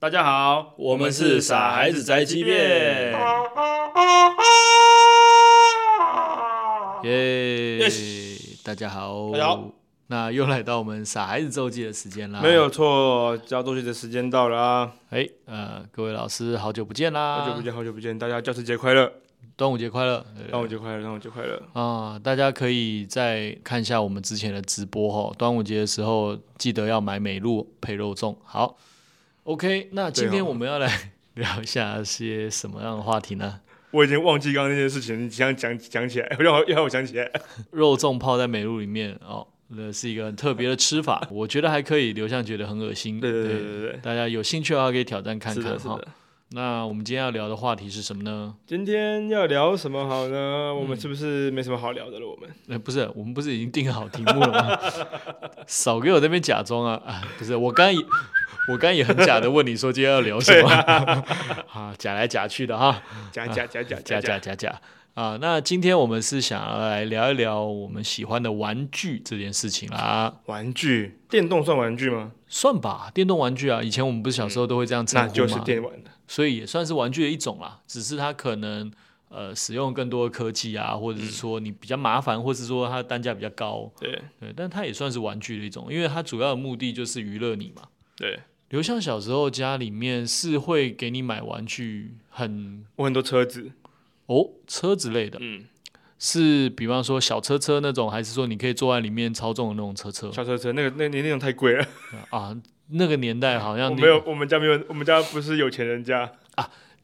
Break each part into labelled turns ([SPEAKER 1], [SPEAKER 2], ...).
[SPEAKER 1] 大家好，
[SPEAKER 2] 我们是傻孩子宅急便
[SPEAKER 1] 耶
[SPEAKER 2] Yes
[SPEAKER 1] 大家好，
[SPEAKER 2] 大家好，
[SPEAKER 1] 那又来到我们傻孩子周记的时间啦。
[SPEAKER 2] 没有，错，交作业的时间到了啊！
[SPEAKER 1] 哎，呃，各位老师，好久不见啦，
[SPEAKER 2] 好久不，见，好久不见，大家教师节快乐！
[SPEAKER 1] 端午节快乐，对
[SPEAKER 2] 端午节快乐，端午节快乐！
[SPEAKER 1] 啊、大家可以再看一下我们之前的直播哈、端午节的时候记得要买美露配肉粽。好，OK，那今
[SPEAKER 2] 对
[SPEAKER 1] 天
[SPEAKER 2] 哦
[SPEAKER 1] 我们要来聊一下些什么样的话 题呢？
[SPEAKER 2] 我已经忘记刚刚那件事情，你这样讲讲起来，让我让我想起来。
[SPEAKER 1] 肉粽泡在美露里面哦，那是一个很特别的吃法，我觉得还可以。刘向觉得很恶心，
[SPEAKER 2] 对对对对 对
[SPEAKER 1] 大家有兴趣的话可以挑战
[SPEAKER 2] 对，
[SPEAKER 1] 看
[SPEAKER 2] 是
[SPEAKER 1] 看
[SPEAKER 2] 的，是
[SPEAKER 1] 哈。
[SPEAKER 2] 的。
[SPEAKER 1] 那我们今天要聊的话题是什么呢？
[SPEAKER 2] 今天要聊什么好呢？我们是不是没什么好聊的了？我们
[SPEAKER 1] 呃，不是，我们不是已经定好题目了吗？ 少给我在那边假装啊！啊，不是，我刚也我刚也很假的问你说今天要聊什么 啊，假来假去的哈，
[SPEAKER 2] 假假假嗯假
[SPEAKER 1] 假假
[SPEAKER 2] 假，
[SPEAKER 1] 假假啊。那今天我们是想要来聊一聊我们喜欢的玩具这件事情啦，
[SPEAKER 2] 玩具，电动算玩具吗？
[SPEAKER 1] 算吧，电动玩具啊，以前我们不是小时候都会这样称
[SPEAKER 2] 嗯那
[SPEAKER 1] 呼
[SPEAKER 2] 就
[SPEAKER 1] 吗？
[SPEAKER 2] 是电玩的。
[SPEAKER 1] 所以也算是玩具的一种啦，只是它可能呃使用更多的科技啊，或者是说你比较麻烦，或是说它的单价比较高，
[SPEAKER 2] 对
[SPEAKER 1] 对，但它也算是玩具的一种，因为它主要的目的就是娱乐你嘛。
[SPEAKER 2] 对，
[SPEAKER 1] 刘向小时候家里面是会给你买玩具很，
[SPEAKER 2] 我很多车子，
[SPEAKER 1] 哦车之类的，
[SPEAKER 2] 嗯，
[SPEAKER 1] 是比方说小车车那种，还是说你可以坐在里面操纵的那种车车
[SPEAKER 2] 小车车，那个那那那种太贵了。
[SPEAKER 1] 啊？那个年代好像
[SPEAKER 2] 我
[SPEAKER 1] 你
[SPEAKER 2] 没有，我们家没有，我们家不是有钱人家。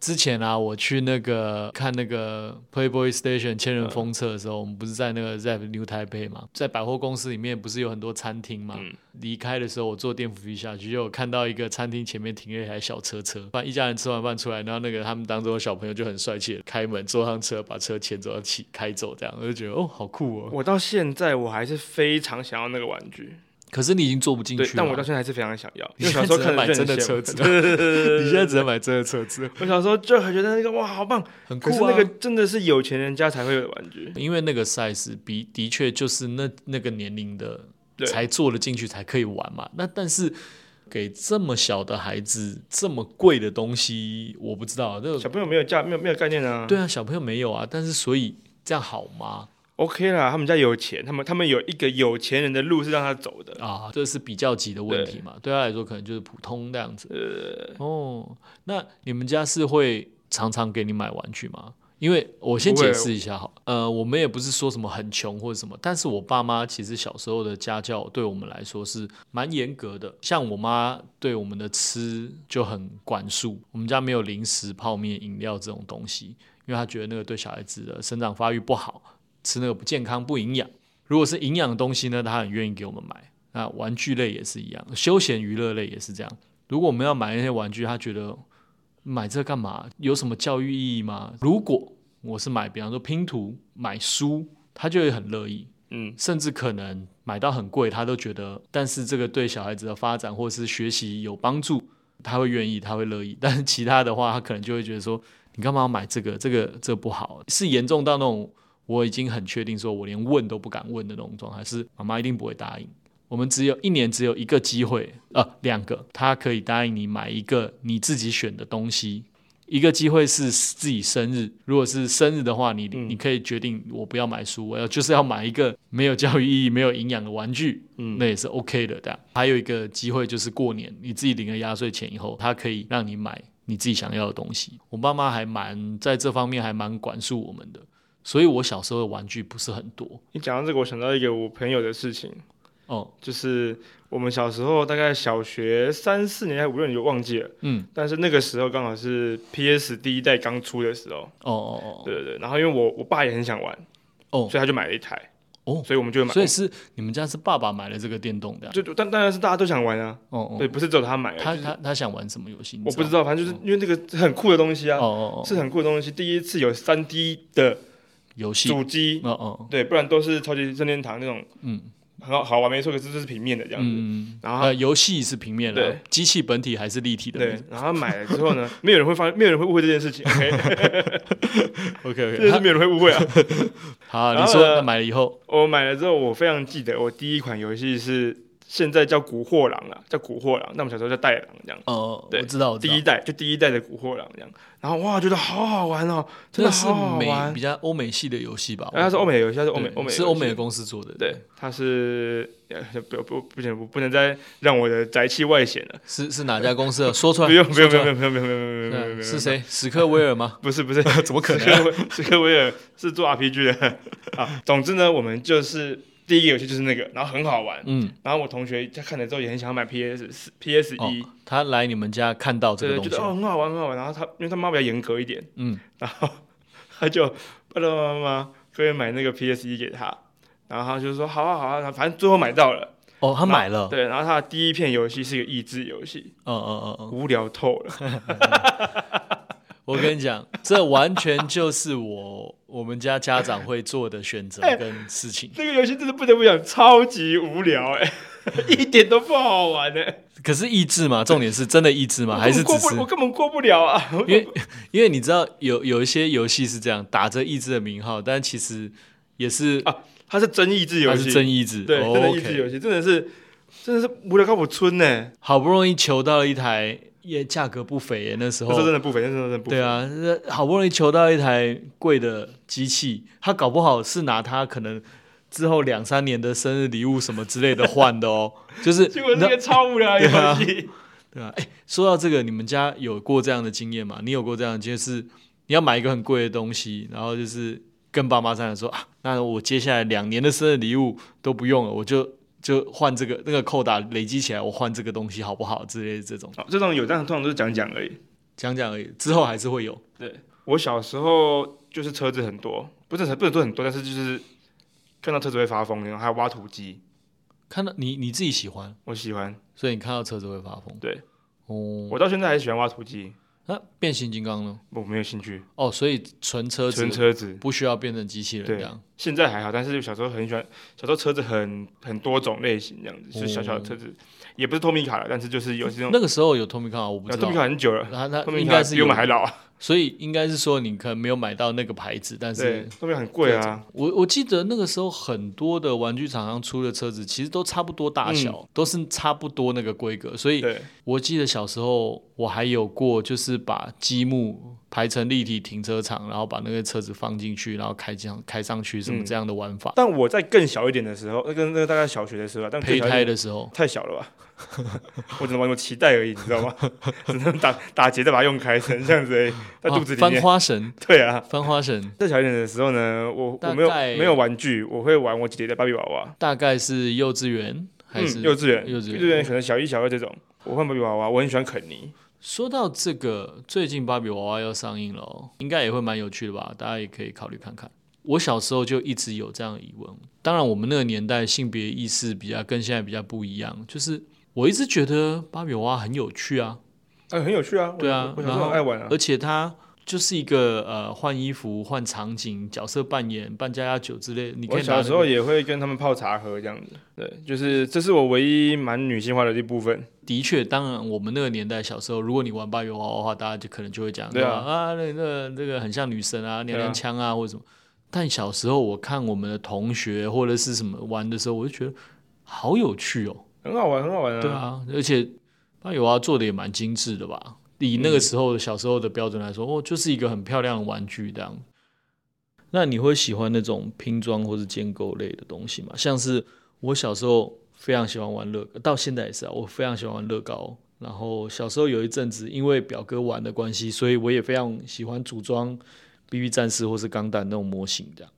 [SPEAKER 1] 之前啊，我去那个看那个 Playboy Station 千人封测的时候，我们不是在那个在 New Taipei 嘛，在百货公司里面不是有很多餐厅嘛？
[SPEAKER 2] 嗯
[SPEAKER 1] 离开的时候，我坐电扶梯下去，就有看到一个餐厅前面停了一台小车车，一家人吃完饭出来，然后那个他们当中的小朋友就很帅气的开门坐上车，把车牵走，起开走这样，我就觉得哦，好酷哦。
[SPEAKER 2] 我到现在我还是非常想要那个玩具，
[SPEAKER 1] 可是你已经坐不进
[SPEAKER 2] 对
[SPEAKER 1] 去，了，
[SPEAKER 2] 但我到现在还是非常想要，因
[SPEAKER 1] 你
[SPEAKER 2] 为
[SPEAKER 1] 现
[SPEAKER 2] 小
[SPEAKER 1] 在
[SPEAKER 2] 时候
[SPEAKER 1] 只
[SPEAKER 2] 看
[SPEAKER 1] 能买
[SPEAKER 2] 了就
[SPEAKER 1] 真
[SPEAKER 2] 很
[SPEAKER 1] 的
[SPEAKER 2] 羡
[SPEAKER 1] 车
[SPEAKER 2] 慕
[SPEAKER 1] 子，
[SPEAKER 2] 对对对对 对
[SPEAKER 1] 你现在只能买真的 车子，
[SPEAKER 2] 我小时候就很觉得那个哇好棒，
[SPEAKER 1] 很酷
[SPEAKER 2] 可
[SPEAKER 1] 啊。
[SPEAKER 2] 是那个真的是有钱人家才会有的玩具，
[SPEAKER 1] 因为那个 size 比的确就是那那个年龄的
[SPEAKER 2] 对
[SPEAKER 1] 才坐得进去才可以玩嘛。那但是给这么小的孩子这么贵的东西，我不知道这
[SPEAKER 2] 小
[SPEAKER 1] 个
[SPEAKER 2] 朋友没有价没有没有概念啊。
[SPEAKER 1] 对啊，小朋友没有啊。但是所以这样好吗？
[SPEAKER 2] ，OK 啦，他们家有钱，他们他们有一个有钱人的路是让他走的。
[SPEAKER 1] 啊，这是比较级的问题嘛。对他来说可能就是普通这样子。哦，那你们家是会常常给你买玩具吗？因为我先
[SPEAKER 2] 不会
[SPEAKER 1] 解释一下好，呃，我们也不是说什么很穷或者什么，但是我爸妈其实小时候的家教对我们来说是蛮严格的，像我妈对我们的吃就很管束，我们家没有零食、泡面、饮料这种东西，因为她觉得那个对小孩子的生长发育不好，吃那个不健康、不营养。如果是营养的东西呢，他很愿意给我们买。那玩具类也是一样，休闲娱乐类也是这样。如果我们要买那些玩具，他觉得买这干嘛？有什么教育意义吗？如果我是买，比方说拼图、买书，他就会很乐意，
[SPEAKER 2] 嗯，
[SPEAKER 1] 甚至可能买到很贵，他都觉得，但是这个对小孩子的发展或是学习有帮助，他会愿意，他会乐意。 但是其他的话，他可能就会觉得说，你干嘛要买这个？这个这不好，是严重到那种我已经很确定，说我连问都不敢问的那种状态，是妈妈一定不会答应。我们只有一年只有一个机会，呃，两个，她可以答应你买一个你自己选的东西。一个机会是自己生日，如果是生日的话，你、你可以决定我不要买书，我要就是要买一个没有教育意义、没有营养的玩具，嗯，那也是 OK 的。这样还有一个机会就是过年，你自己领了压岁钱以后，它可以让你买你自己想要的东西。我爸妈还蛮在这方面还蛮管束我们的，所以我小时候的玩具不是很多
[SPEAKER 2] 你讲到这个，我想到一个我朋友的事情，
[SPEAKER 1] 哦，
[SPEAKER 2] 就是我们小时候大概小学三四年还五六年就忘记了，
[SPEAKER 1] 嗯，
[SPEAKER 2] 但是那个时候刚好是 PS 第一代刚出的时候，
[SPEAKER 1] 哦哦
[SPEAKER 2] 对对对，然后因为我我爸也很想玩，
[SPEAKER 1] 哦
[SPEAKER 2] 所以他就买了一台，
[SPEAKER 1] 哦
[SPEAKER 2] 所以我们就
[SPEAKER 1] 哦，
[SPEAKER 2] 买，
[SPEAKER 1] 所以是你们家是爸爸买了这个电动的啊，
[SPEAKER 2] 就就但当然是大家都想玩啊，
[SPEAKER 1] 哦哦，
[SPEAKER 2] 对，不是只有他买而已，
[SPEAKER 1] 他他他想玩什么游戏？
[SPEAKER 2] 我不知
[SPEAKER 1] 道，
[SPEAKER 2] 道，反正就是因为那个很酷的东西啊，
[SPEAKER 1] 哦哦哦，
[SPEAKER 2] 是很酷的东西，第一次有三 D 的
[SPEAKER 1] 游戏，哦
[SPEAKER 2] 主机，
[SPEAKER 1] 哦，
[SPEAKER 2] 对，不然都是超级任天堂那种
[SPEAKER 1] 嗯
[SPEAKER 2] 很好好玩没错，可是就是平面的这样子，
[SPEAKER 1] 嗯，
[SPEAKER 2] 然后他
[SPEAKER 1] 呃，游戏是平面的
[SPEAKER 2] 对，
[SPEAKER 1] 机器本体还是立体的？
[SPEAKER 2] 对， 然后他买了之后呢，没有人会发，没有人会误会这件事情，OK，
[SPEAKER 1] ，OK
[SPEAKER 2] 真的是
[SPEAKER 1] OK，
[SPEAKER 2] 没有人会误会啊。
[SPEAKER 1] 好，
[SPEAKER 2] 然
[SPEAKER 1] 你
[SPEAKER 2] 后
[SPEAKER 1] 说
[SPEAKER 2] 呢
[SPEAKER 1] 那买了以后，
[SPEAKER 2] 我买了之后，我非常记得，我第一款游戏是现在叫古惑狼啊，叫古惑狼。那我们小时候叫袋狼这样。
[SPEAKER 1] 哦，
[SPEAKER 2] 对
[SPEAKER 1] 我知道，我知
[SPEAKER 2] 第一
[SPEAKER 1] 道，
[SPEAKER 2] 代就第一代的古惑狼这样，然后哇，觉得好好玩哦，真
[SPEAKER 1] 这
[SPEAKER 2] 的
[SPEAKER 1] 个是
[SPEAKER 2] 好好
[SPEAKER 1] 美
[SPEAKER 2] 玩。
[SPEAKER 1] 比较欧美系的游戏吧？
[SPEAKER 2] 然后它是欧美游戏，它是欧美
[SPEAKER 1] 对
[SPEAKER 2] 欧美
[SPEAKER 1] 是
[SPEAKER 2] 游
[SPEAKER 1] 欧
[SPEAKER 2] 戏
[SPEAKER 1] 美的公司做的，
[SPEAKER 2] 对，，它是呃不不不行不不能再让我的宅气外显了，
[SPEAKER 1] 是是哪家 公司的？啊说出来，
[SPEAKER 2] 不用不
[SPEAKER 1] 说
[SPEAKER 2] 用
[SPEAKER 1] 出
[SPEAKER 2] 不
[SPEAKER 1] 来
[SPEAKER 2] 用不用不用不用不用不用不用不用
[SPEAKER 1] 对
[SPEAKER 2] 不
[SPEAKER 1] 啊
[SPEAKER 2] 用，
[SPEAKER 1] 是？谁？史克威尔吗？
[SPEAKER 2] 不是不是，
[SPEAKER 1] 怎么可啊
[SPEAKER 2] 史克威史克威尔 是做 RPG 的 啊。总之呢，我们就是第一个游戏就是那个，然后很好玩。
[SPEAKER 1] 嗯，
[SPEAKER 2] 然后我同学他看了之后也很想要买 PS PS
[SPEAKER 1] 哦
[SPEAKER 2] 一、，
[SPEAKER 1] 他来你们家看到这
[SPEAKER 2] 对
[SPEAKER 1] 个
[SPEAKER 2] 对，
[SPEAKER 1] 东
[SPEAKER 2] 觉
[SPEAKER 1] 西
[SPEAKER 2] 得，哦很好玩很好玩。然后他因为他妈比较严格一点，
[SPEAKER 1] 嗯，
[SPEAKER 2] 然后他就爸爸妈妈可以买那个 PS 一给他，然后他就说好啊好啊，反正最后买到了。
[SPEAKER 1] 哦，他买了，
[SPEAKER 2] 对，然后他的第一片游戏是一个益智游戏，
[SPEAKER 1] 嗯嗯嗯嗯，
[SPEAKER 2] 无聊透了。
[SPEAKER 1] 我跟你讲，这完全就是我我们家家长会做的选择跟事情。
[SPEAKER 2] 这个游戏真的不得不讲，超级无聊哎、 一点都不好玩哎、
[SPEAKER 1] 可是益智嘛，重点是真的益智吗？
[SPEAKER 2] 我
[SPEAKER 1] 还是
[SPEAKER 2] 根本
[SPEAKER 1] 只
[SPEAKER 2] 过
[SPEAKER 1] 是
[SPEAKER 2] 不，我根本过不了啊！
[SPEAKER 1] 因为因为你知道有有一些游戏是这样，打着益智的名号，但其实也是
[SPEAKER 2] 啊它是真益智游
[SPEAKER 1] 它
[SPEAKER 2] 戏，
[SPEAKER 1] 是真益智，
[SPEAKER 2] 对，
[SPEAKER 1] 哦
[SPEAKER 2] 真的益智
[SPEAKER 1] OK，
[SPEAKER 2] 游戏，真的是真的是无聊到我村欸呢、
[SPEAKER 1] 好不容易求到了一台，也价格不菲耶，那时
[SPEAKER 2] 那时候真
[SPEAKER 1] 候。
[SPEAKER 2] 的不菲，那时候真的不菲。
[SPEAKER 1] 对啊，那好不容易求到一台贵的机器，他搞不好是拿它可能之后两三年的生日礼物什么之类的换的哦， 就是
[SPEAKER 2] 结果是
[SPEAKER 1] 你知道
[SPEAKER 2] 个超无聊的游戏，
[SPEAKER 1] 对啊，哎，说到这个，你们家有过这样的经验吗？你有过这样的经验是你要买一个很贵的东西，然后就是跟爸妈商量说啊，那我接下来两年的生日礼物都不用了，我就就换这个那个扣打累积起来，我换这个东西好不好？之类的这种
[SPEAKER 2] 哦这种有，但通常都是讲讲而已。
[SPEAKER 1] 讲讲而已，之后还是会有。
[SPEAKER 2] 对，我小时候就是车子很多，不是不能说很多，但是就是看到车子会发疯那种，还有挖土机，
[SPEAKER 1] 看到你你自己喜欢，
[SPEAKER 2] 我喜欢，
[SPEAKER 1] 所以你看到车子会发疯。
[SPEAKER 2] 对，
[SPEAKER 1] 哦，
[SPEAKER 2] 我到现在还喜欢挖土机，
[SPEAKER 1] 那、变形金刚呢？
[SPEAKER 2] 我没有兴趣，
[SPEAKER 1] 哦，所以纯车子
[SPEAKER 2] 纯车子。
[SPEAKER 1] 不需要变成机器人
[SPEAKER 2] 对
[SPEAKER 1] 这样。
[SPEAKER 2] 现在还好，但是小时候很喜欢，小时候车子很很多种类型，这样
[SPEAKER 1] 哦
[SPEAKER 2] 子是小小的车子，也不是托米卡了，但是就是有这种，
[SPEAKER 1] 那个时候有 Tommy 我不
[SPEAKER 2] 啊
[SPEAKER 1] 知
[SPEAKER 2] 托
[SPEAKER 1] 道
[SPEAKER 2] 米，卡很久了，
[SPEAKER 1] 他他
[SPEAKER 2] 托米
[SPEAKER 1] 应
[SPEAKER 2] 卡
[SPEAKER 1] 该是
[SPEAKER 2] 比
[SPEAKER 1] 有
[SPEAKER 2] 我们还老，啊
[SPEAKER 1] 所以应该是说你可能没有买到那个牌子，但
[SPEAKER 2] 对
[SPEAKER 1] 是，
[SPEAKER 2] 托米卡很贵啊，
[SPEAKER 1] 我我记得那个时候很多的玩具厂商出的车子其实都差不多大小，
[SPEAKER 2] 嗯
[SPEAKER 1] 都是差不多那个规格，所以
[SPEAKER 2] 对，
[SPEAKER 1] 我记得小时候我还有过就是把积木排成立体停车场，然后把那个车子放进去，然后开上开上去什么
[SPEAKER 2] 嗯
[SPEAKER 1] 这样的玩法。
[SPEAKER 2] 但我在更小一点的时候，那个那个大概小学的时候啊，但更
[SPEAKER 1] 胚
[SPEAKER 2] 小一
[SPEAKER 1] 胎
[SPEAKER 2] 点
[SPEAKER 1] 的时候，
[SPEAKER 2] 太小了吧？ 我只能玩我脐带而已，你知道吗？ 只能打打结再把它用开成这样子而已，在肚子
[SPEAKER 1] 啊
[SPEAKER 2] 里
[SPEAKER 1] 翻
[SPEAKER 2] 面。
[SPEAKER 1] 花神，
[SPEAKER 2] 对啊，
[SPEAKER 1] 翻花神
[SPEAKER 2] 再小一点的时候呢，我
[SPEAKER 1] 大
[SPEAKER 2] 我没有
[SPEAKER 1] 概
[SPEAKER 2] 没有玩具，我会玩我姐姐的芭比娃娃，
[SPEAKER 1] 大概是幼稚园还是、
[SPEAKER 2] 嗯、幼稚园，
[SPEAKER 1] 幼稚园
[SPEAKER 2] 可能小一、小二这种。我换芭比娃娃，我很喜欢肯尼。
[SPEAKER 1] 说到这个，最近芭比娃娃要上映了哦，应该也会蛮有趣的吧？大家也可以考虑看看。我小时候就一直有这样的疑问，当然我们那个年代性别意识比较跟现在比较不一样，就是我一直觉得芭比娃娃很有趣啊，
[SPEAKER 2] 啊，很有趣啊！我
[SPEAKER 1] 对啊
[SPEAKER 2] 我小时
[SPEAKER 1] 然
[SPEAKER 2] 候
[SPEAKER 1] 后
[SPEAKER 2] 很爱玩啊。
[SPEAKER 1] 而且它就是一个呃换衣服、换场景、角色扮演、扮家家酒之类的，你可
[SPEAKER 2] 我
[SPEAKER 1] 以拿、
[SPEAKER 2] 小时候也会跟他们泡茶喝这样子，对，就是这是我唯一蛮女性化的一部分。
[SPEAKER 1] 的确，当然，我们那个年代小时候，如果你玩芭比娃娃的话，大家就可能就会讲，
[SPEAKER 2] 对啊
[SPEAKER 1] 吧啊，那个那个很像女神啊，娘娘腔啊，或者什么。但小时候我看我们的同学或者是什么玩的时候，我就觉得好有趣哦，
[SPEAKER 2] 很好玩，很好玩啊！
[SPEAKER 1] 对啊，而且芭比娃娃做的也蛮精致的吧？以那个时候小时候的标准来说，哦，就是一个很漂亮的玩具这样。那你会喜欢那种拼装或是建构类的东西吗？像是我小时候非常喜欢玩乐，到现在也是啊，我非常喜欢玩乐高。然后小时候有一阵子，因为表哥玩的关系，所以我也非常喜欢组装 BB 战士或是钢弹那种模型这样。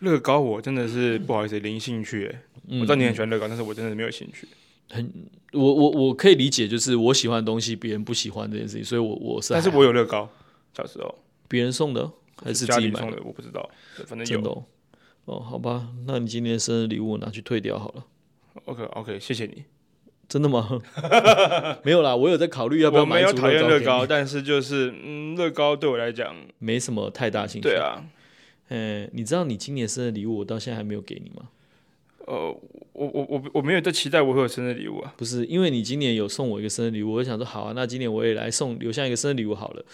[SPEAKER 2] 乐高我真的是不好意思零兴趣欸，我
[SPEAKER 1] 嗯
[SPEAKER 2] 知道你很喜欢乐高，但是我真的没有兴趣。
[SPEAKER 1] 我我我可以理解，就是我喜欢的东西别人不喜欢这件事情，所以我我是
[SPEAKER 2] 但是
[SPEAKER 1] 还
[SPEAKER 2] 我有乐高，小时候
[SPEAKER 1] 别人送的还是
[SPEAKER 2] 家
[SPEAKER 1] 自己
[SPEAKER 2] 里
[SPEAKER 1] 买
[SPEAKER 2] 送的，我不知道，对反正
[SPEAKER 1] 真的
[SPEAKER 2] 有。
[SPEAKER 1] 哦哦，好吧，那你今天的生日礼物拿去退掉好了。
[SPEAKER 2] OK OK，谢谢你。
[SPEAKER 1] 真的吗？ 没有啦，我有在考虑要不要
[SPEAKER 2] 我
[SPEAKER 1] 买
[SPEAKER 2] 没
[SPEAKER 1] 一
[SPEAKER 2] 有
[SPEAKER 1] 组
[SPEAKER 2] 讨厌乐
[SPEAKER 1] 乐
[SPEAKER 2] 高，
[SPEAKER 1] 高，
[SPEAKER 2] 但是就是嗯，乐高对我来讲，
[SPEAKER 1] 没什么太大兴趣。
[SPEAKER 2] 对，啊，
[SPEAKER 1] 呃，你知道你今年生日礼物我到现在还没有给你吗？
[SPEAKER 2] 呃，我我我我没有在期待我会有生日礼物啊。
[SPEAKER 1] 不是，因为你今年有送我一个生日礼物，我就想说好啊，那今年我也来送留下一个生日礼物好了。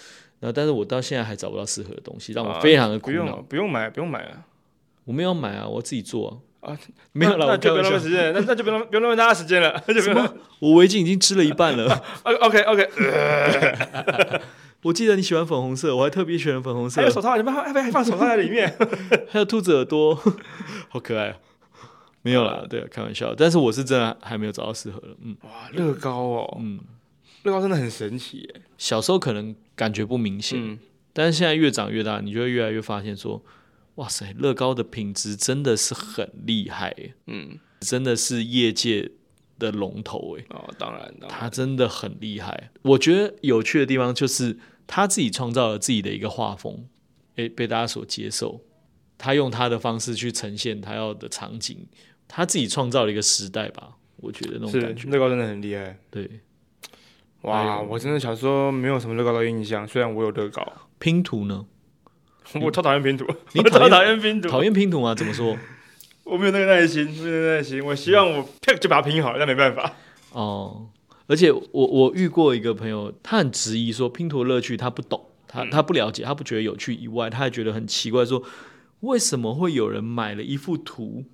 [SPEAKER 1] 然后，但是我到现在还找不到适合的东西，让我非常的
[SPEAKER 2] 啊不
[SPEAKER 1] 苦
[SPEAKER 2] 用
[SPEAKER 1] 恼。
[SPEAKER 2] 了，不用买，不用买啊。
[SPEAKER 1] 我没有买啊，我自己做、啊。
[SPEAKER 2] 啊，
[SPEAKER 1] 没有啦，
[SPEAKER 2] 那
[SPEAKER 1] 我
[SPEAKER 2] 那就不
[SPEAKER 1] 开玩
[SPEAKER 2] 要浪费。
[SPEAKER 1] 笑
[SPEAKER 2] 时间了，那那就不用不用浪费大家时间 了，那就不
[SPEAKER 1] 什
[SPEAKER 2] 用浪
[SPEAKER 1] 么？我围巾已经织了一半了。
[SPEAKER 2] 费。OK OK，
[SPEAKER 1] 啊我记得你喜欢粉红色，我还特别喜欢粉红 色
[SPEAKER 2] 还有，手套，你们还还还放手套在里 面。
[SPEAKER 1] 还有兔子耳朵， 好可爱、啊。没有啦，对啊，开玩笑。但是我是真的还没有找到适合的。嗯
[SPEAKER 2] 哇，乐高哦，
[SPEAKER 1] 嗯，
[SPEAKER 2] 乐高真的很神奇耶。
[SPEAKER 1] 小时候可能感觉不明显，
[SPEAKER 2] 嗯，
[SPEAKER 1] 但是现在越长越大，你就会越来越发现说，哇塞，乐高的品质真的是很厉害耶，
[SPEAKER 2] 嗯，
[SPEAKER 1] 真的是业界的龙头诶，
[SPEAKER 2] 哦，当然，当然，
[SPEAKER 1] 他真的很厉害。我觉得有趣的地方就是他自己创造了自己的一个画风，诶，被大家所接受。他用他的方式去呈现他要的场景，他自己创造了一个时代吧，我觉得那种感觉
[SPEAKER 2] 是。乐高真的很厉害。
[SPEAKER 1] 对，
[SPEAKER 2] 哇，我真的小时候没有什么乐高的印象，虽然我有乐高，
[SPEAKER 1] 拼图呢？
[SPEAKER 2] 我超讨厌拼图，
[SPEAKER 1] 你
[SPEAKER 2] 我超
[SPEAKER 1] 讨
[SPEAKER 2] 嗯
[SPEAKER 1] 厌
[SPEAKER 2] 讨厌拼图，
[SPEAKER 1] 讨厌拼图吗？怎么说？
[SPEAKER 2] 我没有那个耐心，没有那个耐心。我希望我啪就把它拼好，但没办 法。
[SPEAKER 1] 哦，而且我我遇过一个朋友，他很质疑说拼图乐趣他不懂，他他不了解，他不觉得有趣以外，他还觉得很奇怪说，为什么会有人买了一幅图，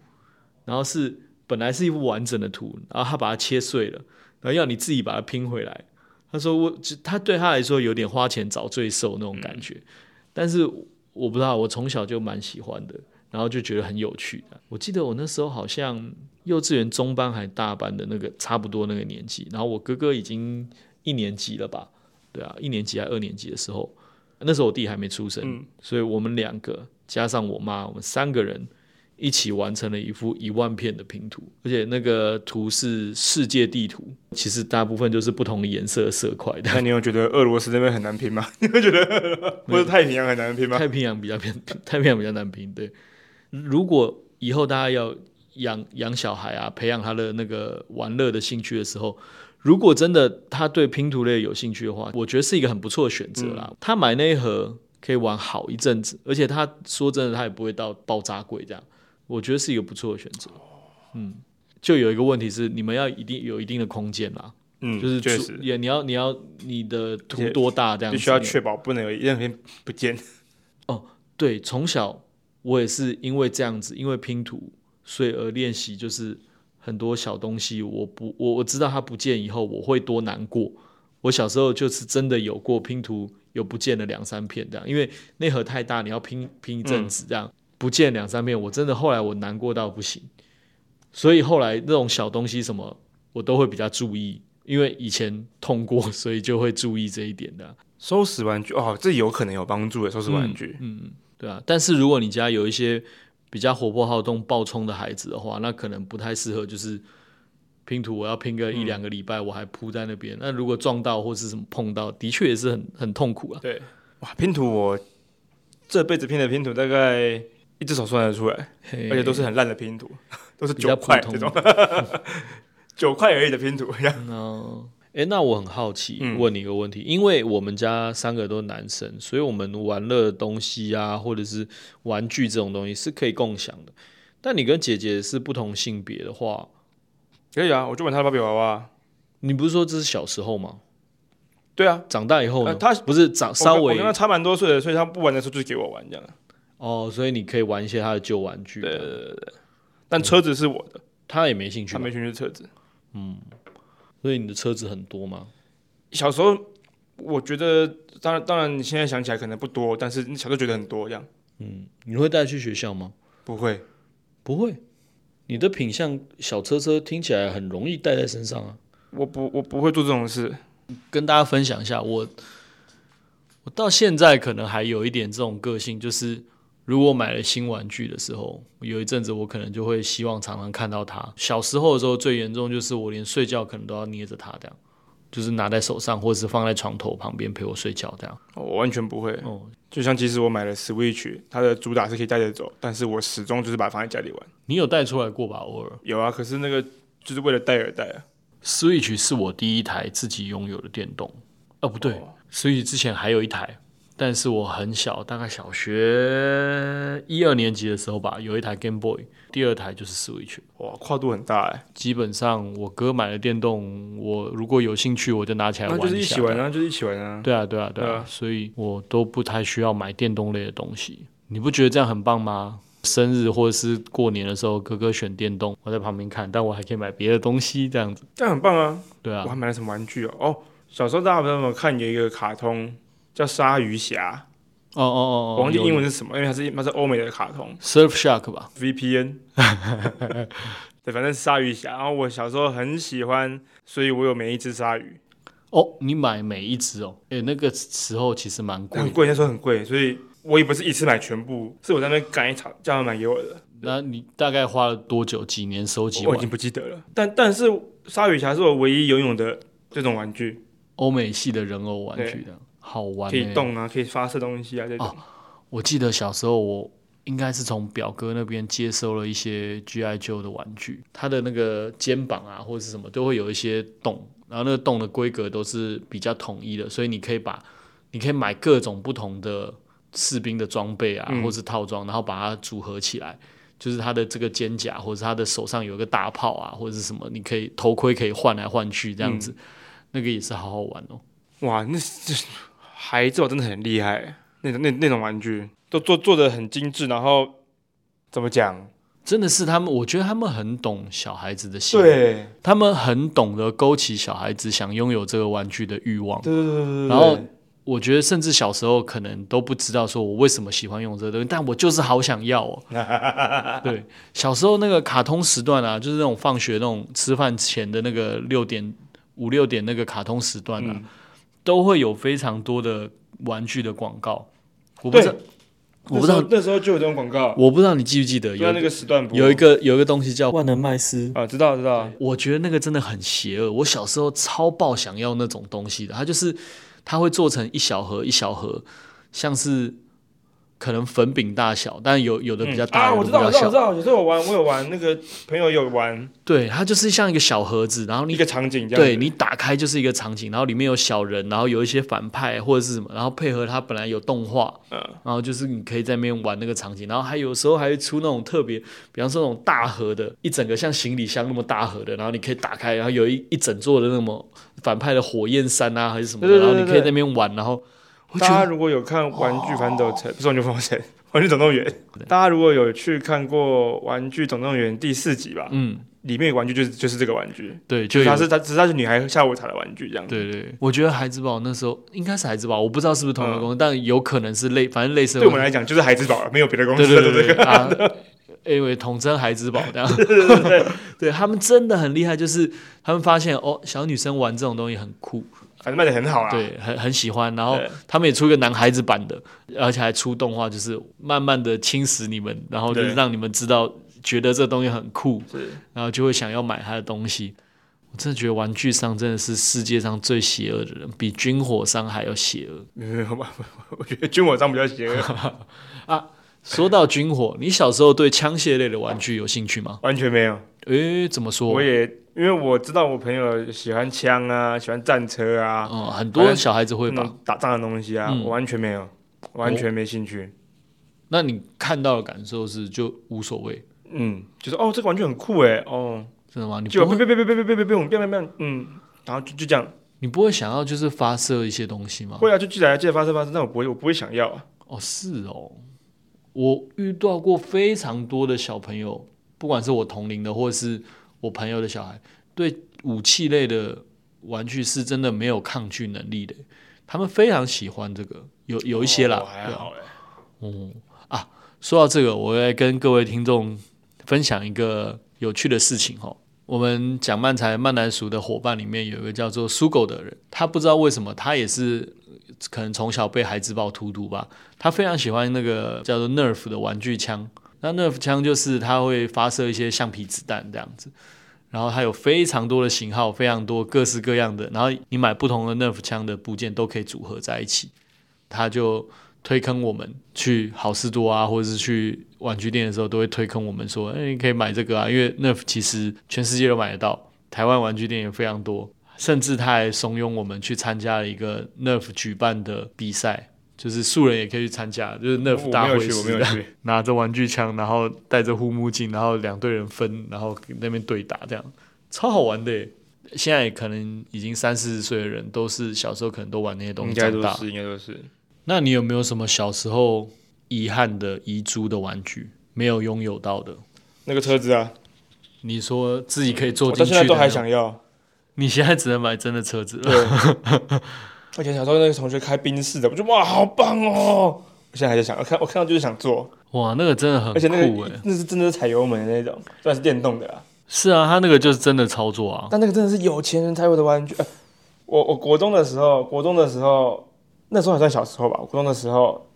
[SPEAKER 1] 然后是本来是一幅完整的图，然后他把它切碎了，然后要你自己把它拼回来。他说我只他对他来说有点花钱找罪受那种感觉，但是我不知道，我从小就蛮喜欢的。然后就觉得很有趣的。我记得我那时候好像幼稚园中班还大班的那个差不多那个年纪，然后我哥哥已经一年级了吧？对啊，一年级还二年级的时候，那时候我弟还没出生，
[SPEAKER 2] 嗯
[SPEAKER 1] 所以我们两个加上我妈，我们三个人一起完成了一幅一万片的拼图，而且那个图是世界地图，其实大部分就是不同的颜色的色块的。
[SPEAKER 2] 那你有觉得俄罗斯那边很难拼吗？ 你会觉得俄罗或者太平洋很难拼吗？
[SPEAKER 1] 太平洋比较偏，太平洋比较难拼。对，如果以后大家要养养小孩啊，培养他的那个玩乐的兴趣的时候，如果真的他对拼图类有兴趣的话，我觉得是一个很不错的选择啦。
[SPEAKER 2] 嗯
[SPEAKER 1] 他买那一盒可以玩好一阵子，而且他说真的，他也不会到爆炸贵这样，我觉得是一个不错的选择。嗯，就有一个问题是，你们要一定有一定的空间啦，
[SPEAKER 2] 嗯，
[SPEAKER 1] 就是
[SPEAKER 2] 确
[SPEAKER 1] 出
[SPEAKER 2] 实
[SPEAKER 1] 也你要你要你的图
[SPEAKER 2] 且
[SPEAKER 1] 多大这样子，
[SPEAKER 2] 必须要确保不能有任何一片不见。
[SPEAKER 1] 对，从小我也是因为这样子，因为拼图，所以而练习就是很多小东西，我不我我知道它不见以后我会多难过。我小时候就是真的有过拼图有不见了两三片这样，因为那盒太大，你要拼拼一阵子这样，不见两三片，我真的后来我难过到不行。所以后来那种小东西什么，我都会比较注意，因为以前痛过，所以就会注意这一点的。
[SPEAKER 2] 收拾玩具哦，这有可能有帮助的。收拾玩具，
[SPEAKER 1] 嗯，嗯对啊。但是如果你家有一些比较活泼好动、暴冲的孩子的话，那可能不太适合，就是拼图，我要拼个一两个礼拜，我还铺在那边。那如果撞到或是什么碰到，的确也是很很痛苦啊。
[SPEAKER 2] 对，哇，拼图我这辈子拼的拼图大概一只手算得出来，
[SPEAKER 1] 而
[SPEAKER 2] 而且都是很烂的拼图，都是
[SPEAKER 1] 比较
[SPEAKER 2] 九
[SPEAKER 1] 普
[SPEAKER 2] 块
[SPEAKER 1] 通
[SPEAKER 2] 这种，九块而已的拼图。这样
[SPEAKER 1] 嗯，哎、那我很好奇，
[SPEAKER 2] 嗯
[SPEAKER 1] 问你一个问题，因为我们家三个都是男生，所以我们玩乐的东西啊，或者是玩具这种东西是可以共享的。但你跟姐姐是不同性别的话，
[SPEAKER 2] 可以啊，我就玩他的芭比娃娃。
[SPEAKER 1] 你不是说这是小时候吗？
[SPEAKER 2] 对啊，
[SPEAKER 1] 长大以后呢？
[SPEAKER 2] 呃他
[SPEAKER 1] 不是长稍
[SPEAKER 2] 我跟我
[SPEAKER 1] 微
[SPEAKER 2] 跟他差蛮多岁的，所以他不玩的时候就给我玩这样。
[SPEAKER 1] 哦，所以你可以玩一些他的旧玩具。啊
[SPEAKER 2] 对对，对对对，但车子是我的，
[SPEAKER 1] 他也没兴趣
[SPEAKER 2] 他
[SPEAKER 1] 吧。
[SPEAKER 2] 没兴趣车子。
[SPEAKER 1] 所以你的车子很多吗？
[SPEAKER 2] 小时候我觉得，当然当然，你现在想起来可能不多，但是你小时候觉得很多这样。
[SPEAKER 1] 嗯，你会带去学校吗？
[SPEAKER 2] 不会，
[SPEAKER 1] 不会，你的品相小车车听起来很容易带在身上啊。
[SPEAKER 2] 我不我不会做这种事。
[SPEAKER 1] 跟大家分享一下，我我到现在可能还有一点这种个性，就是如果买了新玩具的时候，有一阵子我可能就会希望常常看到它。小时候的时候最严重就是我连睡觉可能都要捏着它，这样就是拿在手上，或者是放在床头旁边陪我睡觉这样。
[SPEAKER 2] 我完全不会，
[SPEAKER 1] 哦，
[SPEAKER 2] 就像即使我买了 Switch，它的主打是可以带着走，但是我始终就是把它放在家里玩。
[SPEAKER 1] 你有带出来过吧？偶尔
[SPEAKER 2] 有啊，可是那个就是为了戴而戴啊。
[SPEAKER 1] ，Switch 是我第一台自己拥有的电动。哦，不对、s w i t c h 之前还有一台，但是我很小，大概小学一二年级的时候吧，有一台 Game Boy，第二台就是 Switch。
[SPEAKER 2] 哇，跨度很大哎、
[SPEAKER 1] 基本上我哥买的电动，我如果有兴趣，我就拿起来
[SPEAKER 2] 那
[SPEAKER 1] 玩
[SPEAKER 2] 就是一
[SPEAKER 1] 下
[SPEAKER 2] 起玩啊，就是一起玩啊。
[SPEAKER 1] 对啊，对啊，对
[SPEAKER 2] 对
[SPEAKER 1] 啊，所以我都不太需要买电动类的东西。你不觉得这样很棒吗？生日或者是过年的时候，哥哥选电动，我在旁边看，但我还可以买别的东西，这样子，
[SPEAKER 2] 这样很棒啊！
[SPEAKER 1] 对
[SPEAKER 2] 我
[SPEAKER 1] 啊，
[SPEAKER 2] 还买了什么玩具哦？哦，小时候大家不知道有没有看有一个卡通叫《鲨鱼侠
[SPEAKER 1] 哦哦》，哦
[SPEAKER 2] 我
[SPEAKER 1] 哦，
[SPEAKER 2] 忘记英
[SPEAKER 1] 有
[SPEAKER 2] 文是什么，因为它是它是欧美的卡通
[SPEAKER 1] Surfshark 吧，
[SPEAKER 2] VPN。对，反正是鲨鱼侠。然后我小时候很喜欢，所以我有每一只鲨鱼，
[SPEAKER 1] 哦，你买每一只哦，诶，那个时候其实蛮贵
[SPEAKER 2] 很
[SPEAKER 1] 的，
[SPEAKER 2] 贵，那时候很贵，所以我也不是一次买全部，是我在那边赶一场叫他们买给我的。
[SPEAKER 1] 那你大概花了多久？几年收集
[SPEAKER 2] 我已
[SPEAKER 1] 完
[SPEAKER 2] 经不记得了。但但是鲨鱼侠是我唯一游泳的这种玩具，
[SPEAKER 1] 欧美系的人偶玩具哦的，好玩、
[SPEAKER 2] 可
[SPEAKER 1] 欸，
[SPEAKER 2] 以动啊，可以发射东西啊这种。
[SPEAKER 1] 我记得小时候我应该是从表哥那边接收了一些 GI Joe 的玩具，它的那个肩膀啊或者是什么都会有一些洞，然后那个洞的规格都是比较统一的，所以你可以把你可以买各种不同的士兵的装备啊，
[SPEAKER 2] 嗯
[SPEAKER 1] 或是套装，然后把它组合起来。就是他的这个肩甲，或者是他的手上有一个大炮啊，或者是什么，你可以头盔可以换来换去这
[SPEAKER 2] 嗯
[SPEAKER 1] 样子，那个也是好好玩哦。
[SPEAKER 2] 哇，那这孩子我哦真的很厉害，那种那那种玩具都做做的很精致，然后怎么讲？
[SPEAKER 1] 真的是他们，我觉得他们很懂小孩子的心理
[SPEAKER 2] 对
[SPEAKER 1] 他们很懂得勾起小孩子想拥有这个玩具的欲望。
[SPEAKER 2] 对对对对。
[SPEAKER 1] 然后我觉得，甚至小时候可能都不知道说我为什么喜欢用这个东西，但我就是好想 要哦。对，小时候那个卡通时段啊，就是那种放学那种吃饭前的那个六点五六点那个卡通时段啊，
[SPEAKER 2] 嗯
[SPEAKER 1] 都会有非常多的玩具的广告。我不
[SPEAKER 2] 对
[SPEAKER 1] 知道，我不知道，
[SPEAKER 2] 那时候就有这种广告，
[SPEAKER 1] 我不知道你记不记得
[SPEAKER 2] 就在
[SPEAKER 1] 有
[SPEAKER 2] 啊那个时段播
[SPEAKER 1] 有一个有一个东西叫万能麦斯
[SPEAKER 2] 啊，知道知道，
[SPEAKER 1] 我觉得那个真的很邪恶。我小时候超爆想要那种东西的，它就是它会做成一小盒一小盒，像是可能粉饼大小，但有有的比较大，
[SPEAKER 2] 啊，
[SPEAKER 1] 有
[SPEAKER 2] 我
[SPEAKER 1] 的
[SPEAKER 2] 知
[SPEAKER 1] 比
[SPEAKER 2] 道我
[SPEAKER 1] 较
[SPEAKER 2] 知道我
[SPEAKER 1] 小。
[SPEAKER 2] 知道，有时候我玩我有玩，那个朋友有玩
[SPEAKER 1] 对，它就是像一个小盒子，然后
[SPEAKER 2] 一
[SPEAKER 1] 你
[SPEAKER 2] 个场景这样
[SPEAKER 1] 对
[SPEAKER 2] 子，
[SPEAKER 1] 你打开就是一个场景，然后里面有小人，然后有一些反派或者是什么，然后配合它本来有动画，
[SPEAKER 2] 嗯
[SPEAKER 1] 然后就是你可以在那边玩那个场景，然后还有时候还会出那种特别，比方说那种大盒的，一整个像行李箱那么大盒的，然后你可以打开，然后有一一整座的那么反派的火焰山啊还是什么的，
[SPEAKER 2] 对对对
[SPEAKER 1] 然后你可以在
[SPEAKER 2] 对
[SPEAKER 1] 那边玩，然后我觉
[SPEAKER 2] 大家
[SPEAKER 1] 得
[SPEAKER 2] 如果有看《玩具反斗城》不是《玩具反斗城》，《玩具总动员》，大家如果有去看过《玩具总动员》第四集吧，
[SPEAKER 1] 嗯
[SPEAKER 2] 里面有玩具就是就是这个玩具，
[SPEAKER 1] 对，
[SPEAKER 2] 就
[SPEAKER 1] 就是
[SPEAKER 2] 它
[SPEAKER 1] 有
[SPEAKER 2] 是它只是它是女孩下午茶的玩具这样子。
[SPEAKER 1] 对对，我觉得孩之宝那时候应该是孩之宝，我不知道是不是同一个公司，但有可能是类，反正类似的
[SPEAKER 2] 嗯对我们来讲就是孩之宝了，没有别的公
[SPEAKER 1] 对
[SPEAKER 2] 司
[SPEAKER 1] 对
[SPEAKER 2] 了。
[SPEAKER 1] 对
[SPEAKER 2] 对
[SPEAKER 1] 对
[SPEAKER 2] 对
[SPEAKER 1] 对啊，因为统称孩之宝这样， 对他们真的很厉害，就是他们发现哦，小女生玩这种东西很酷，
[SPEAKER 2] 反正卖的很好啦。啊
[SPEAKER 1] 对，很很喜欢，然后
[SPEAKER 2] 对
[SPEAKER 1] 他们也出一个男孩子版的，而且还出动画，就是慢慢的侵蚀你们，然后就是
[SPEAKER 2] 对
[SPEAKER 1] 让你们知道觉得这东西很酷，
[SPEAKER 2] 是
[SPEAKER 1] 然后就会想要买他的东西。我真的觉得玩具商真的是世界上最邪恶的人，比军火商还要邪恶。
[SPEAKER 2] 没有没有，没有我觉得军火商比较邪 恶，
[SPEAKER 1] 说到军火，你小时候对枪械类的玩具有兴趣吗？
[SPEAKER 2] 完全没有。
[SPEAKER 1] 诶，怎么说？
[SPEAKER 2] 我也因为我知道我朋友喜欢枪啊，喜欢战车啊，
[SPEAKER 1] 嗯，
[SPEAKER 2] 好
[SPEAKER 1] 很多
[SPEAKER 2] 像
[SPEAKER 1] 小孩子会
[SPEAKER 2] 那
[SPEAKER 1] 吧？
[SPEAKER 2] 种打仗的东西啊，
[SPEAKER 1] 嗯哦
[SPEAKER 2] 我完全没有，完全没兴趣。
[SPEAKER 1] 那你看到的感受是就无所谓，
[SPEAKER 2] 嗯，就是哦，这个玩具很酷哎，哦，
[SPEAKER 1] 真的吗？你
[SPEAKER 2] 就
[SPEAKER 1] 不
[SPEAKER 2] 别
[SPEAKER 1] 会，
[SPEAKER 2] 别别别别别别别，我们变变变，嗯，然后就就这样，
[SPEAKER 1] 你不会想要就是发射一些东西吗？
[SPEAKER 2] 会啊，就记得啊记得发射发射，但我不会，我不会想要啊，
[SPEAKER 1] 哦，是哦，我遇到过非常多的小朋友，不管是我同龄的，或者是我朋友的小孩，对武器类的玩具是真的没有抗拒能力的，他们非常喜欢这个，有有一些啦，
[SPEAKER 2] 哦还
[SPEAKER 1] 对啊
[SPEAKER 2] 好哎，
[SPEAKER 1] 嗯啊，说到这个，我来跟各位听众分享一个有趣的事情哦。我们讲漫才漫男俗的伙伴里面有一个叫做苏狗的人，他不知道为什么，他也是呃可能从小被孩之宝荼毒吧，他非常喜欢那个叫做 Nerf 的玩具枪。那 Nerf 枪就是它会发射一些橡皮子弹这样子，然后它有非常多的型号，非常多各式各样的，然后你买不同的 Nerf 枪的部件都可以组合在一起。他就推坑我们去好事多啊，或者是去玩具店的时候，都会推坑我们说，哎、你可以买这个啊，因为 Nerf 其实全世界都买得到，台湾玩具店也非常多，甚至他还怂恿我们去参加了一个 Nerf 举办的比赛。就是素人也可以去参加，就是
[SPEAKER 2] 我
[SPEAKER 1] Nerf 啊大
[SPEAKER 2] 没有
[SPEAKER 1] 会
[SPEAKER 2] 去，我没
[SPEAKER 1] 师
[SPEAKER 2] 有去，
[SPEAKER 1] 拿着玩具枪，然后戴着护目镜，然后两队人分，然后那边对打，这样超好玩的耶。现在可能已经三四十岁的人，都是小时候可能都玩那些东
[SPEAKER 2] 应
[SPEAKER 1] 西
[SPEAKER 2] 该
[SPEAKER 1] 长
[SPEAKER 2] 都
[SPEAKER 1] 大。
[SPEAKER 2] 是，应该都是。
[SPEAKER 1] 那你有没有什么小时候遗憾的遗珠的玩具？没有拥有到的。
[SPEAKER 2] 那个车子啊，
[SPEAKER 1] 你说自己可以坐
[SPEAKER 2] 我
[SPEAKER 1] 进
[SPEAKER 2] 到
[SPEAKER 1] 去
[SPEAKER 2] 现
[SPEAKER 1] 的
[SPEAKER 2] 在都
[SPEAKER 1] 那
[SPEAKER 2] 还
[SPEAKER 1] 种，
[SPEAKER 2] 想要。
[SPEAKER 1] 你现在只能买真的车子了。
[SPEAKER 2] 对，我以前小时候那个同学开宾士的，我就哇，好棒哦！我现在还在想，我看我看到就是想坐，
[SPEAKER 1] 哇，那个真的嗯很
[SPEAKER 2] 而且那
[SPEAKER 1] 酷哎、
[SPEAKER 2] 个那是真的是踩油门的那种，虽然是电动的啦，
[SPEAKER 1] 是啊，他那个就是真的操作啊。
[SPEAKER 2] 但那个真的是有钱人才有的玩具。呃我我国中的时候，国中的时候，那时候还算小时候吧。我国中的时候，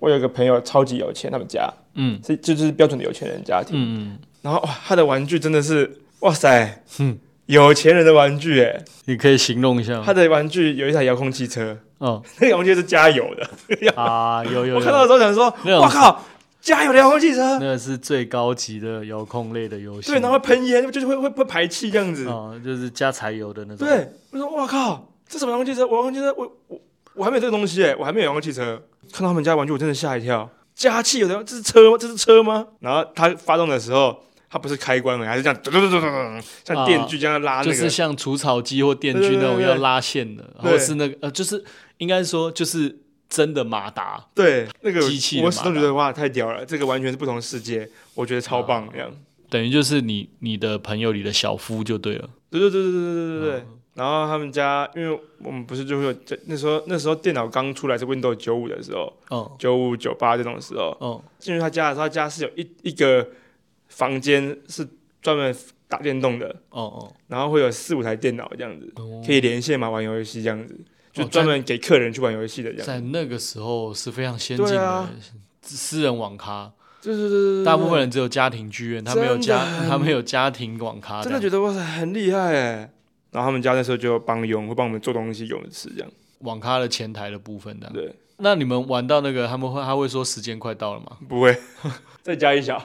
[SPEAKER 2] 我有一个朋友超级有钱，他们家
[SPEAKER 1] 嗯
[SPEAKER 2] 是就就是标准的有钱人家庭。
[SPEAKER 1] 嗯，嗯，
[SPEAKER 2] 然后哇，他的玩具真的是哇塞，
[SPEAKER 1] 嗯
[SPEAKER 2] 有钱人的玩具哎，
[SPEAKER 1] 你可以形容一下吗
[SPEAKER 2] 他？的玩具有一台遥控汽车，
[SPEAKER 1] 嗯
[SPEAKER 2] 那个遥控汽车是加油的。
[SPEAKER 1] 啊，有有
[SPEAKER 2] 哦我看到的
[SPEAKER 1] 有，
[SPEAKER 2] 时候想说，
[SPEAKER 1] 那种
[SPEAKER 2] 哇靠，加油的遥控汽
[SPEAKER 1] 那
[SPEAKER 2] 车，
[SPEAKER 1] 个是最高级的遥控类的游戏。
[SPEAKER 2] 对，然后会喷烟，就是会会会排气这样子。
[SPEAKER 1] 啊，就是加柴油的那种。，
[SPEAKER 2] 对，我说哇靠，这什么遥控汽车？我遥控汽车，我我我还没有这个东西哎，我还没有遥控汽车。看到他们家玩具，我真的吓一跳。加汽油的，这是车吗？这是车吗？然后它发动的时候，它不是开关门，还是这样咚咚咚咚咚咚，像电锯这样拉那
[SPEAKER 1] 啊就
[SPEAKER 2] 个。
[SPEAKER 1] 是像除草机或电
[SPEAKER 2] 对
[SPEAKER 1] 锯
[SPEAKER 2] 对
[SPEAKER 1] 那
[SPEAKER 2] 对
[SPEAKER 1] 种
[SPEAKER 2] 对
[SPEAKER 1] 要拉线的，
[SPEAKER 2] 对
[SPEAKER 1] 或是那个呃，就是应该说就是真的马达。
[SPEAKER 2] 对，那个
[SPEAKER 1] 机器的
[SPEAKER 2] 我
[SPEAKER 1] 马
[SPEAKER 2] 始终觉得哇，太屌了，这个完全是不同世界，我觉得超棒这样。
[SPEAKER 1] 等于就是你你的朋友里的小夫就对了，
[SPEAKER 2] 对对对对对对对对。
[SPEAKER 1] 嗯
[SPEAKER 2] 然后他们家，因为我们不是就会有这那时候那时候电脑刚出来是 Windows 九五的时候，
[SPEAKER 1] 哦
[SPEAKER 2] 九五九八这种时候，
[SPEAKER 1] 哦
[SPEAKER 2] 进入他家的时候，他家是有一一个房间是专门打电动的，
[SPEAKER 1] 哦哦，
[SPEAKER 2] 然后会有四五台电脑这样子，可以连线嘛，玩游戏这样子，就
[SPEAKER 1] 哦
[SPEAKER 2] 专门给客人去玩游戏的这样
[SPEAKER 1] 在
[SPEAKER 2] 子。
[SPEAKER 1] 那个时候是非常先进
[SPEAKER 2] 对
[SPEAKER 1] 的、
[SPEAKER 2] 啊
[SPEAKER 1] 私人网咖，
[SPEAKER 2] 对对对对对，
[SPEAKER 1] 大部分人只有家庭剧院，他没有家
[SPEAKER 2] 真的，很
[SPEAKER 1] 他没有家庭网咖这
[SPEAKER 2] 真
[SPEAKER 1] 样，
[SPEAKER 2] 的觉得哇塞很厉害哎。然后他们家那时候就有帮佣，会帮我们做东西给我们吃这样。
[SPEAKER 1] 网咖的前台的部分的。
[SPEAKER 2] 对，
[SPEAKER 1] 那你们玩到那个，他们会他会说时间快到了吗？
[SPEAKER 2] 不会 再加一小，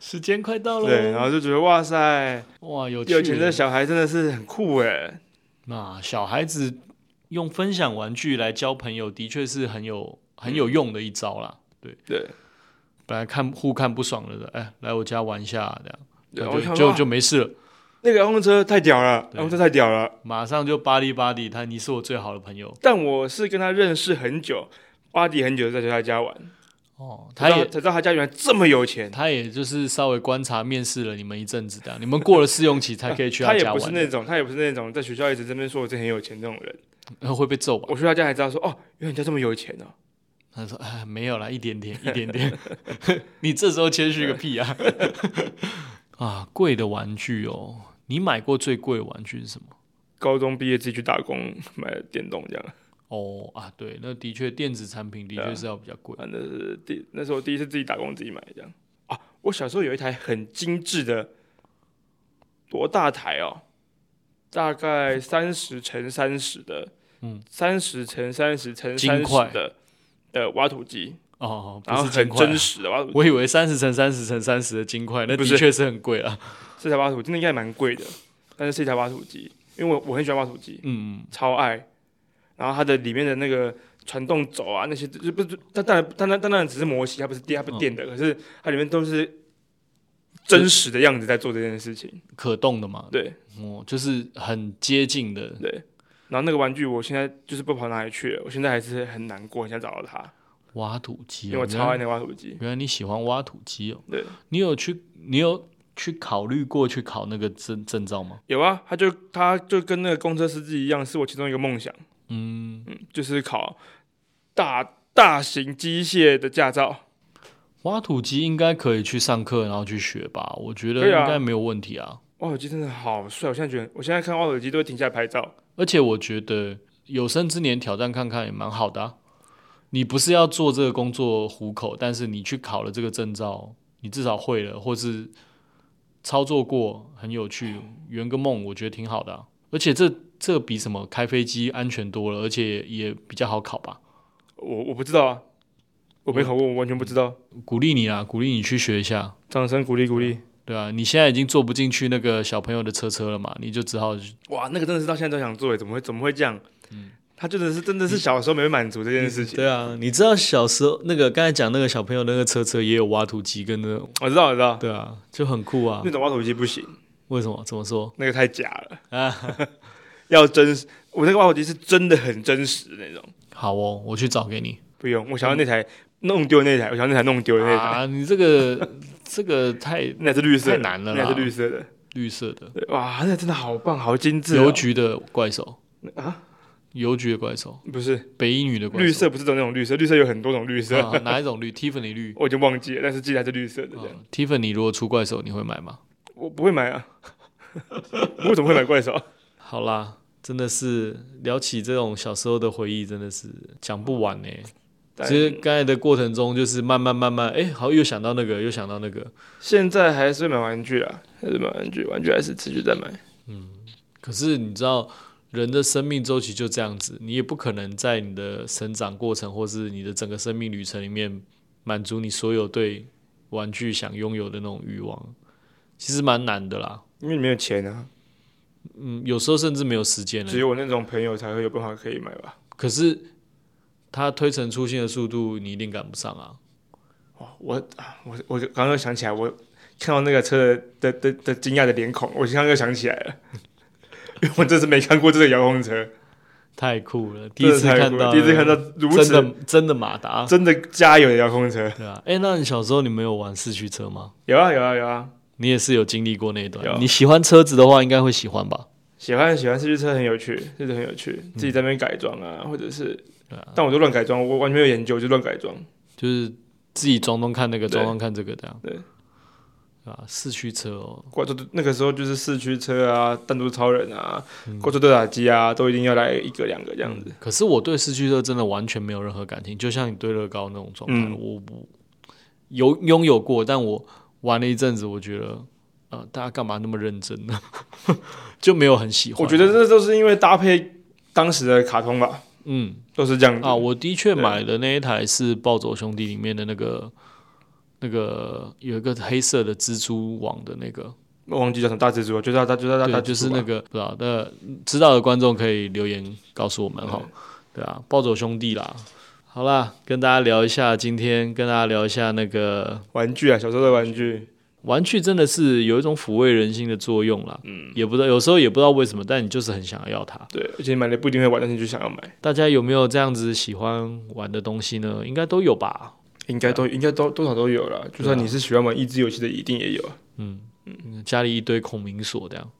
[SPEAKER 1] 时间快到了，
[SPEAKER 2] 对，然后就觉得哇塞，
[SPEAKER 1] 哇，有
[SPEAKER 2] 有
[SPEAKER 1] 趣
[SPEAKER 2] 钱
[SPEAKER 1] 耶
[SPEAKER 2] 的小孩真的是很酷哎。
[SPEAKER 1] 那小孩子用分享玩具来交朋友，的确是很有很有用的一招啦。对，
[SPEAKER 2] 对，
[SPEAKER 1] 本来看互看不爽了的，哎，来我家玩一下啊，这样
[SPEAKER 2] 对
[SPEAKER 1] 那
[SPEAKER 2] 我啊看
[SPEAKER 1] 就就
[SPEAKER 2] 哇
[SPEAKER 1] 就没事了，
[SPEAKER 2] 那个遥控车太屌了，
[SPEAKER 1] 对
[SPEAKER 2] 遥控车太屌了。
[SPEAKER 1] 马上就巴 o 巴 y 他你是我最好的朋友
[SPEAKER 2] 但我是跟他认识很久，巴迪很久在他家玩，
[SPEAKER 1] 哦，
[SPEAKER 2] 才
[SPEAKER 1] 他
[SPEAKER 2] 知道
[SPEAKER 1] 也。
[SPEAKER 2] 才知道他家原来这么有钱。
[SPEAKER 1] 他也就是稍微观察面试了你们一阵子的，你们过了试用期才可以 去
[SPEAKER 2] 他也
[SPEAKER 1] 家
[SPEAKER 2] 不是
[SPEAKER 1] 玩
[SPEAKER 2] 那
[SPEAKER 1] 的，
[SPEAKER 2] 种，他也不是那种在学校一直这边说我自己很有钱那种人。
[SPEAKER 1] 然后会被揍吧？
[SPEAKER 2] 我去他家才知道说，哦，原来你家这么有钱哦、
[SPEAKER 1] 他说：“哎，没有啦，一点点，一点点。 你这时候谦虚个屁啊！ 啊，贵的玩具哦，你买过最贵的玩具是什么？
[SPEAKER 2] 高中毕业自己去打工买了电动这样，
[SPEAKER 1] 哦啊，对，那的确电子产品的
[SPEAKER 2] 对
[SPEAKER 1] 确
[SPEAKER 2] 啊
[SPEAKER 1] 是要比较贵。
[SPEAKER 2] 啊，那是第那时候第一次自己打工自己买这样。啊，我小时候有一台很精致的，多大台哦？大概三十乘三十的，
[SPEAKER 1] 嗯，
[SPEAKER 2] 三十乘三十乘
[SPEAKER 1] 金
[SPEAKER 2] 三十
[SPEAKER 1] 块
[SPEAKER 2] 的的挖土机，
[SPEAKER 1] 哦，
[SPEAKER 2] 然后
[SPEAKER 1] 不是金
[SPEAKER 2] 很
[SPEAKER 1] 块啊、
[SPEAKER 2] 真实的挖土，
[SPEAKER 1] 我以为三十乘三十乘三十的金块，那
[SPEAKER 2] 不
[SPEAKER 1] 的
[SPEAKER 2] 是
[SPEAKER 1] 确是很贵啊。
[SPEAKER 2] 这台挖土真的应该蛮贵的，但是是一台挖土机，因为我我很喜欢挖土机，
[SPEAKER 1] 嗯，
[SPEAKER 2] 超爱。然后它的里面的那个传动轴啊，那些就不是，但当然，当然，当然只是模型，它不是电，它不是电的，可是它里面都是真实的样子在做这件事情。
[SPEAKER 1] 可动的嘛，
[SPEAKER 2] 对
[SPEAKER 1] 哦，就是很接近的。
[SPEAKER 2] 对。然后那个玩具，我现在就是不跑哪里去了，我现在还是很难过，很想找到它，
[SPEAKER 1] 挖土机、哦，
[SPEAKER 2] 因为我超爱那个挖土机。
[SPEAKER 1] 原来你喜欢挖土机哦，
[SPEAKER 2] 对，
[SPEAKER 1] 你有去你有去考虑过去考那个证证照吗？
[SPEAKER 2] 有啊，它就它就跟那个公车司机一样，是我其中一个梦想，
[SPEAKER 1] 嗯，
[SPEAKER 2] 就是考大大型机械的驾照。
[SPEAKER 1] 挖土机应该可以去上课，然后去学吧，我觉得
[SPEAKER 2] 可以啊
[SPEAKER 1] 应该没有问题啊。
[SPEAKER 2] 挖土机真的好帅，我现在觉得，我现在看挖土机都会停下来拍照。
[SPEAKER 1] 而且我觉得有生之年挑战看看也蛮好的、啊。你不是要做这个工作糊口，但是你去考了这个证照，你至少会了，或是操作过，很有趣，圆个梦，我觉得挺好的啊、而且这这比什么开飞机安全多了，而且也比较好考吧。
[SPEAKER 2] 我我不知道啊，我没考过，我完全不知道。
[SPEAKER 1] 鼓励你啊，鼓励你去学一下，
[SPEAKER 2] 掌声鼓励鼓励。
[SPEAKER 1] 对啊，你现在已经坐不进去那个小朋友的车车了嘛，你就只好去
[SPEAKER 2] 哇，那个真的是到现在都想做欸耶，怎么会怎么会这样？他真的是真的是小时候没被满足这件事情。
[SPEAKER 1] 对啊，嗯你知道小时候那个刚才讲那个小朋友那个车车也有挖土机跟那种，
[SPEAKER 2] 我知道我知道，
[SPEAKER 1] 对啊，就很酷啊
[SPEAKER 2] 那。种挖土机不行，
[SPEAKER 1] 为什么？怎么说？
[SPEAKER 2] 那个太假了
[SPEAKER 1] 啊。
[SPEAKER 2] 要真实，我那个挖土机是真的很真实的那种。
[SPEAKER 1] 好哦，我去找给你。
[SPEAKER 2] 不用，我想要那台、弄丢那台，我想那台弄丢的那台，
[SPEAKER 1] 啊，你这个 这个太
[SPEAKER 2] 那台是绿色
[SPEAKER 1] 太
[SPEAKER 2] 的，
[SPEAKER 1] 难了
[SPEAKER 2] 那
[SPEAKER 1] 啦
[SPEAKER 2] 台是绿色的，
[SPEAKER 1] 绿色的
[SPEAKER 2] 对哇，那台真的好棒，好精致、
[SPEAKER 1] 邮
[SPEAKER 2] 哦。
[SPEAKER 1] 局的怪手
[SPEAKER 2] 啊，
[SPEAKER 1] 邮局的怪手，
[SPEAKER 2] 不是
[SPEAKER 1] 北一女的怪手，
[SPEAKER 2] 绿色，不是那种绿色，绿色有很多种绿色，
[SPEAKER 1] 啊、哪一种绿？Tiffany 绿。
[SPEAKER 2] 我已经忘记了，但是记得还是绿色的这样。
[SPEAKER 1] 嗯 Tiffany 如果出怪手，你会买吗？
[SPEAKER 2] 我不会买啊， 我怎么会买怪手？
[SPEAKER 1] 好啦，真的是聊起这种小时候的回忆，真的是讲不完呢、
[SPEAKER 2] 但
[SPEAKER 1] 其实刚才的过程中，就是慢慢慢慢，哎、好，又想到那个，又想到那个。
[SPEAKER 2] 现在还是会买玩具啊，还是买玩具，玩具还是持续在买。
[SPEAKER 1] 可是你知道，人的生命周期就这样子，你也不可能在你的成长过程，或是你的整个生命旅程里面，满足你所有对玩具想拥有的那种欲望，其实蛮难的啦。
[SPEAKER 2] 因为你没有钱啊，
[SPEAKER 1] 嗯，有时候甚至没有时间了
[SPEAKER 2] 只。有我那种朋友才会有办法可以买吧。
[SPEAKER 1] 可是它推陈出新的速度，你一定赶不上啊。
[SPEAKER 2] 哇，我啊我我刚刚想起来，我看到那个车的的的的惊讶的脸孔，我刚刚又想起来 了，因为我真是没看过这个遥控车，
[SPEAKER 1] 太酷了！第一次
[SPEAKER 2] 真的太
[SPEAKER 1] 看
[SPEAKER 2] 酷了
[SPEAKER 1] 到，
[SPEAKER 2] 第一次看到如此
[SPEAKER 1] 真的真的马达，
[SPEAKER 2] 真的加油的遥控车，
[SPEAKER 1] 对啊。哎、那你小时候你没有玩四驱车吗？
[SPEAKER 2] 有啊有啊有啊，
[SPEAKER 1] 你也是有经历过那一
[SPEAKER 2] 有
[SPEAKER 1] 段。你喜欢车子的话，应该会喜欢吧？
[SPEAKER 2] 喜欢喜欢四驱车很有趣，真的很有趣，自己在那边改装啊，或者是
[SPEAKER 1] 对啊，
[SPEAKER 2] 但我就乱改装，我完全没有研究，就乱改装。
[SPEAKER 1] 就是自己装装看那个，
[SPEAKER 2] 对
[SPEAKER 1] 装装看这个，这样。
[SPEAKER 2] 对。
[SPEAKER 1] 啊，四驱车哦，
[SPEAKER 2] 怪兽那个时候就是四驱车啊、弹珠超人啊、怪兽对打机啊，都一定要来一个两个这样子。
[SPEAKER 1] 可是我对四驱车真的完全没有任何感情，就像你对乐高那种状态，
[SPEAKER 2] 嗯
[SPEAKER 1] 我不有拥有过，但我玩了一阵子，我觉得，呃，大家干嘛那么认真呢？ 就没有很喜欢。
[SPEAKER 2] 我觉得，这都是因为搭配当时的卡通吧，
[SPEAKER 1] 嗯，
[SPEAKER 2] 都是这样子。
[SPEAKER 1] 啊，我的确
[SPEAKER 2] 对
[SPEAKER 1] 买的那一台是《暴走兄弟》里面的那个那个有一个黑色的蜘蛛网的那个，
[SPEAKER 2] 我忘记叫什么大蜘蛛了，就叫大就叫大大
[SPEAKER 1] 对，
[SPEAKER 2] 蜘蛛
[SPEAKER 1] 就是
[SPEAKER 2] 吧
[SPEAKER 1] 那个不知道那知道的观众可以留言告诉我们哈。对啊，《暴走兄弟》啦，好啦，跟大家聊一下，今天跟大家聊一下那个
[SPEAKER 2] 玩具啊，小时候的玩具。
[SPEAKER 1] 玩具，真的是有一种抚慰人心的作用啦。嗯，也不知道有时候也不知道为什么，但你就是很想要它。
[SPEAKER 2] 对，而且你买了不一定会玩，但是你就想要买，
[SPEAKER 1] 大家有没有这样子喜欢玩的东西呢？应该都有吧。
[SPEAKER 2] 应该都应该都多少都有了。就算你是喜欢玩益智游戏的，一定也有。
[SPEAKER 1] 嗯家里一堆孔明锁这样。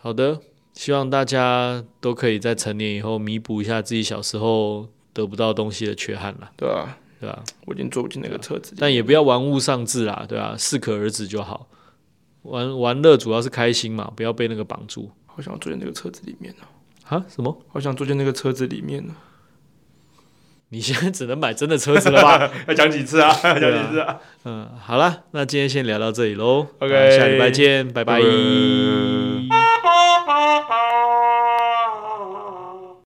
[SPEAKER 1] 好的，希望大家都可以在成年以后弥补一下自己小时候得不到东西的缺憾啦，
[SPEAKER 2] 对啊，
[SPEAKER 1] 对吧？
[SPEAKER 2] 我已经坐不进那个车子里。
[SPEAKER 1] 但也不要玩物丧志啦，对吧？适可而止就好。玩玩乐主要是开心嘛，不要被那个绑住
[SPEAKER 2] 好想坐进那个车子里面呢、
[SPEAKER 1] 啊！什么？
[SPEAKER 2] 好想坐进那个车子里面啊呢、
[SPEAKER 1] 你现在只能买真的车子了吧？
[SPEAKER 2] 要讲几 次啊？要
[SPEAKER 1] 对啊
[SPEAKER 2] 讲几次啊？
[SPEAKER 1] 嗯，好啦，那今天先聊到这里喽。
[SPEAKER 2] OK
[SPEAKER 1] 那下礼拜见，拜拜。
[SPEAKER 2] 拜拜呃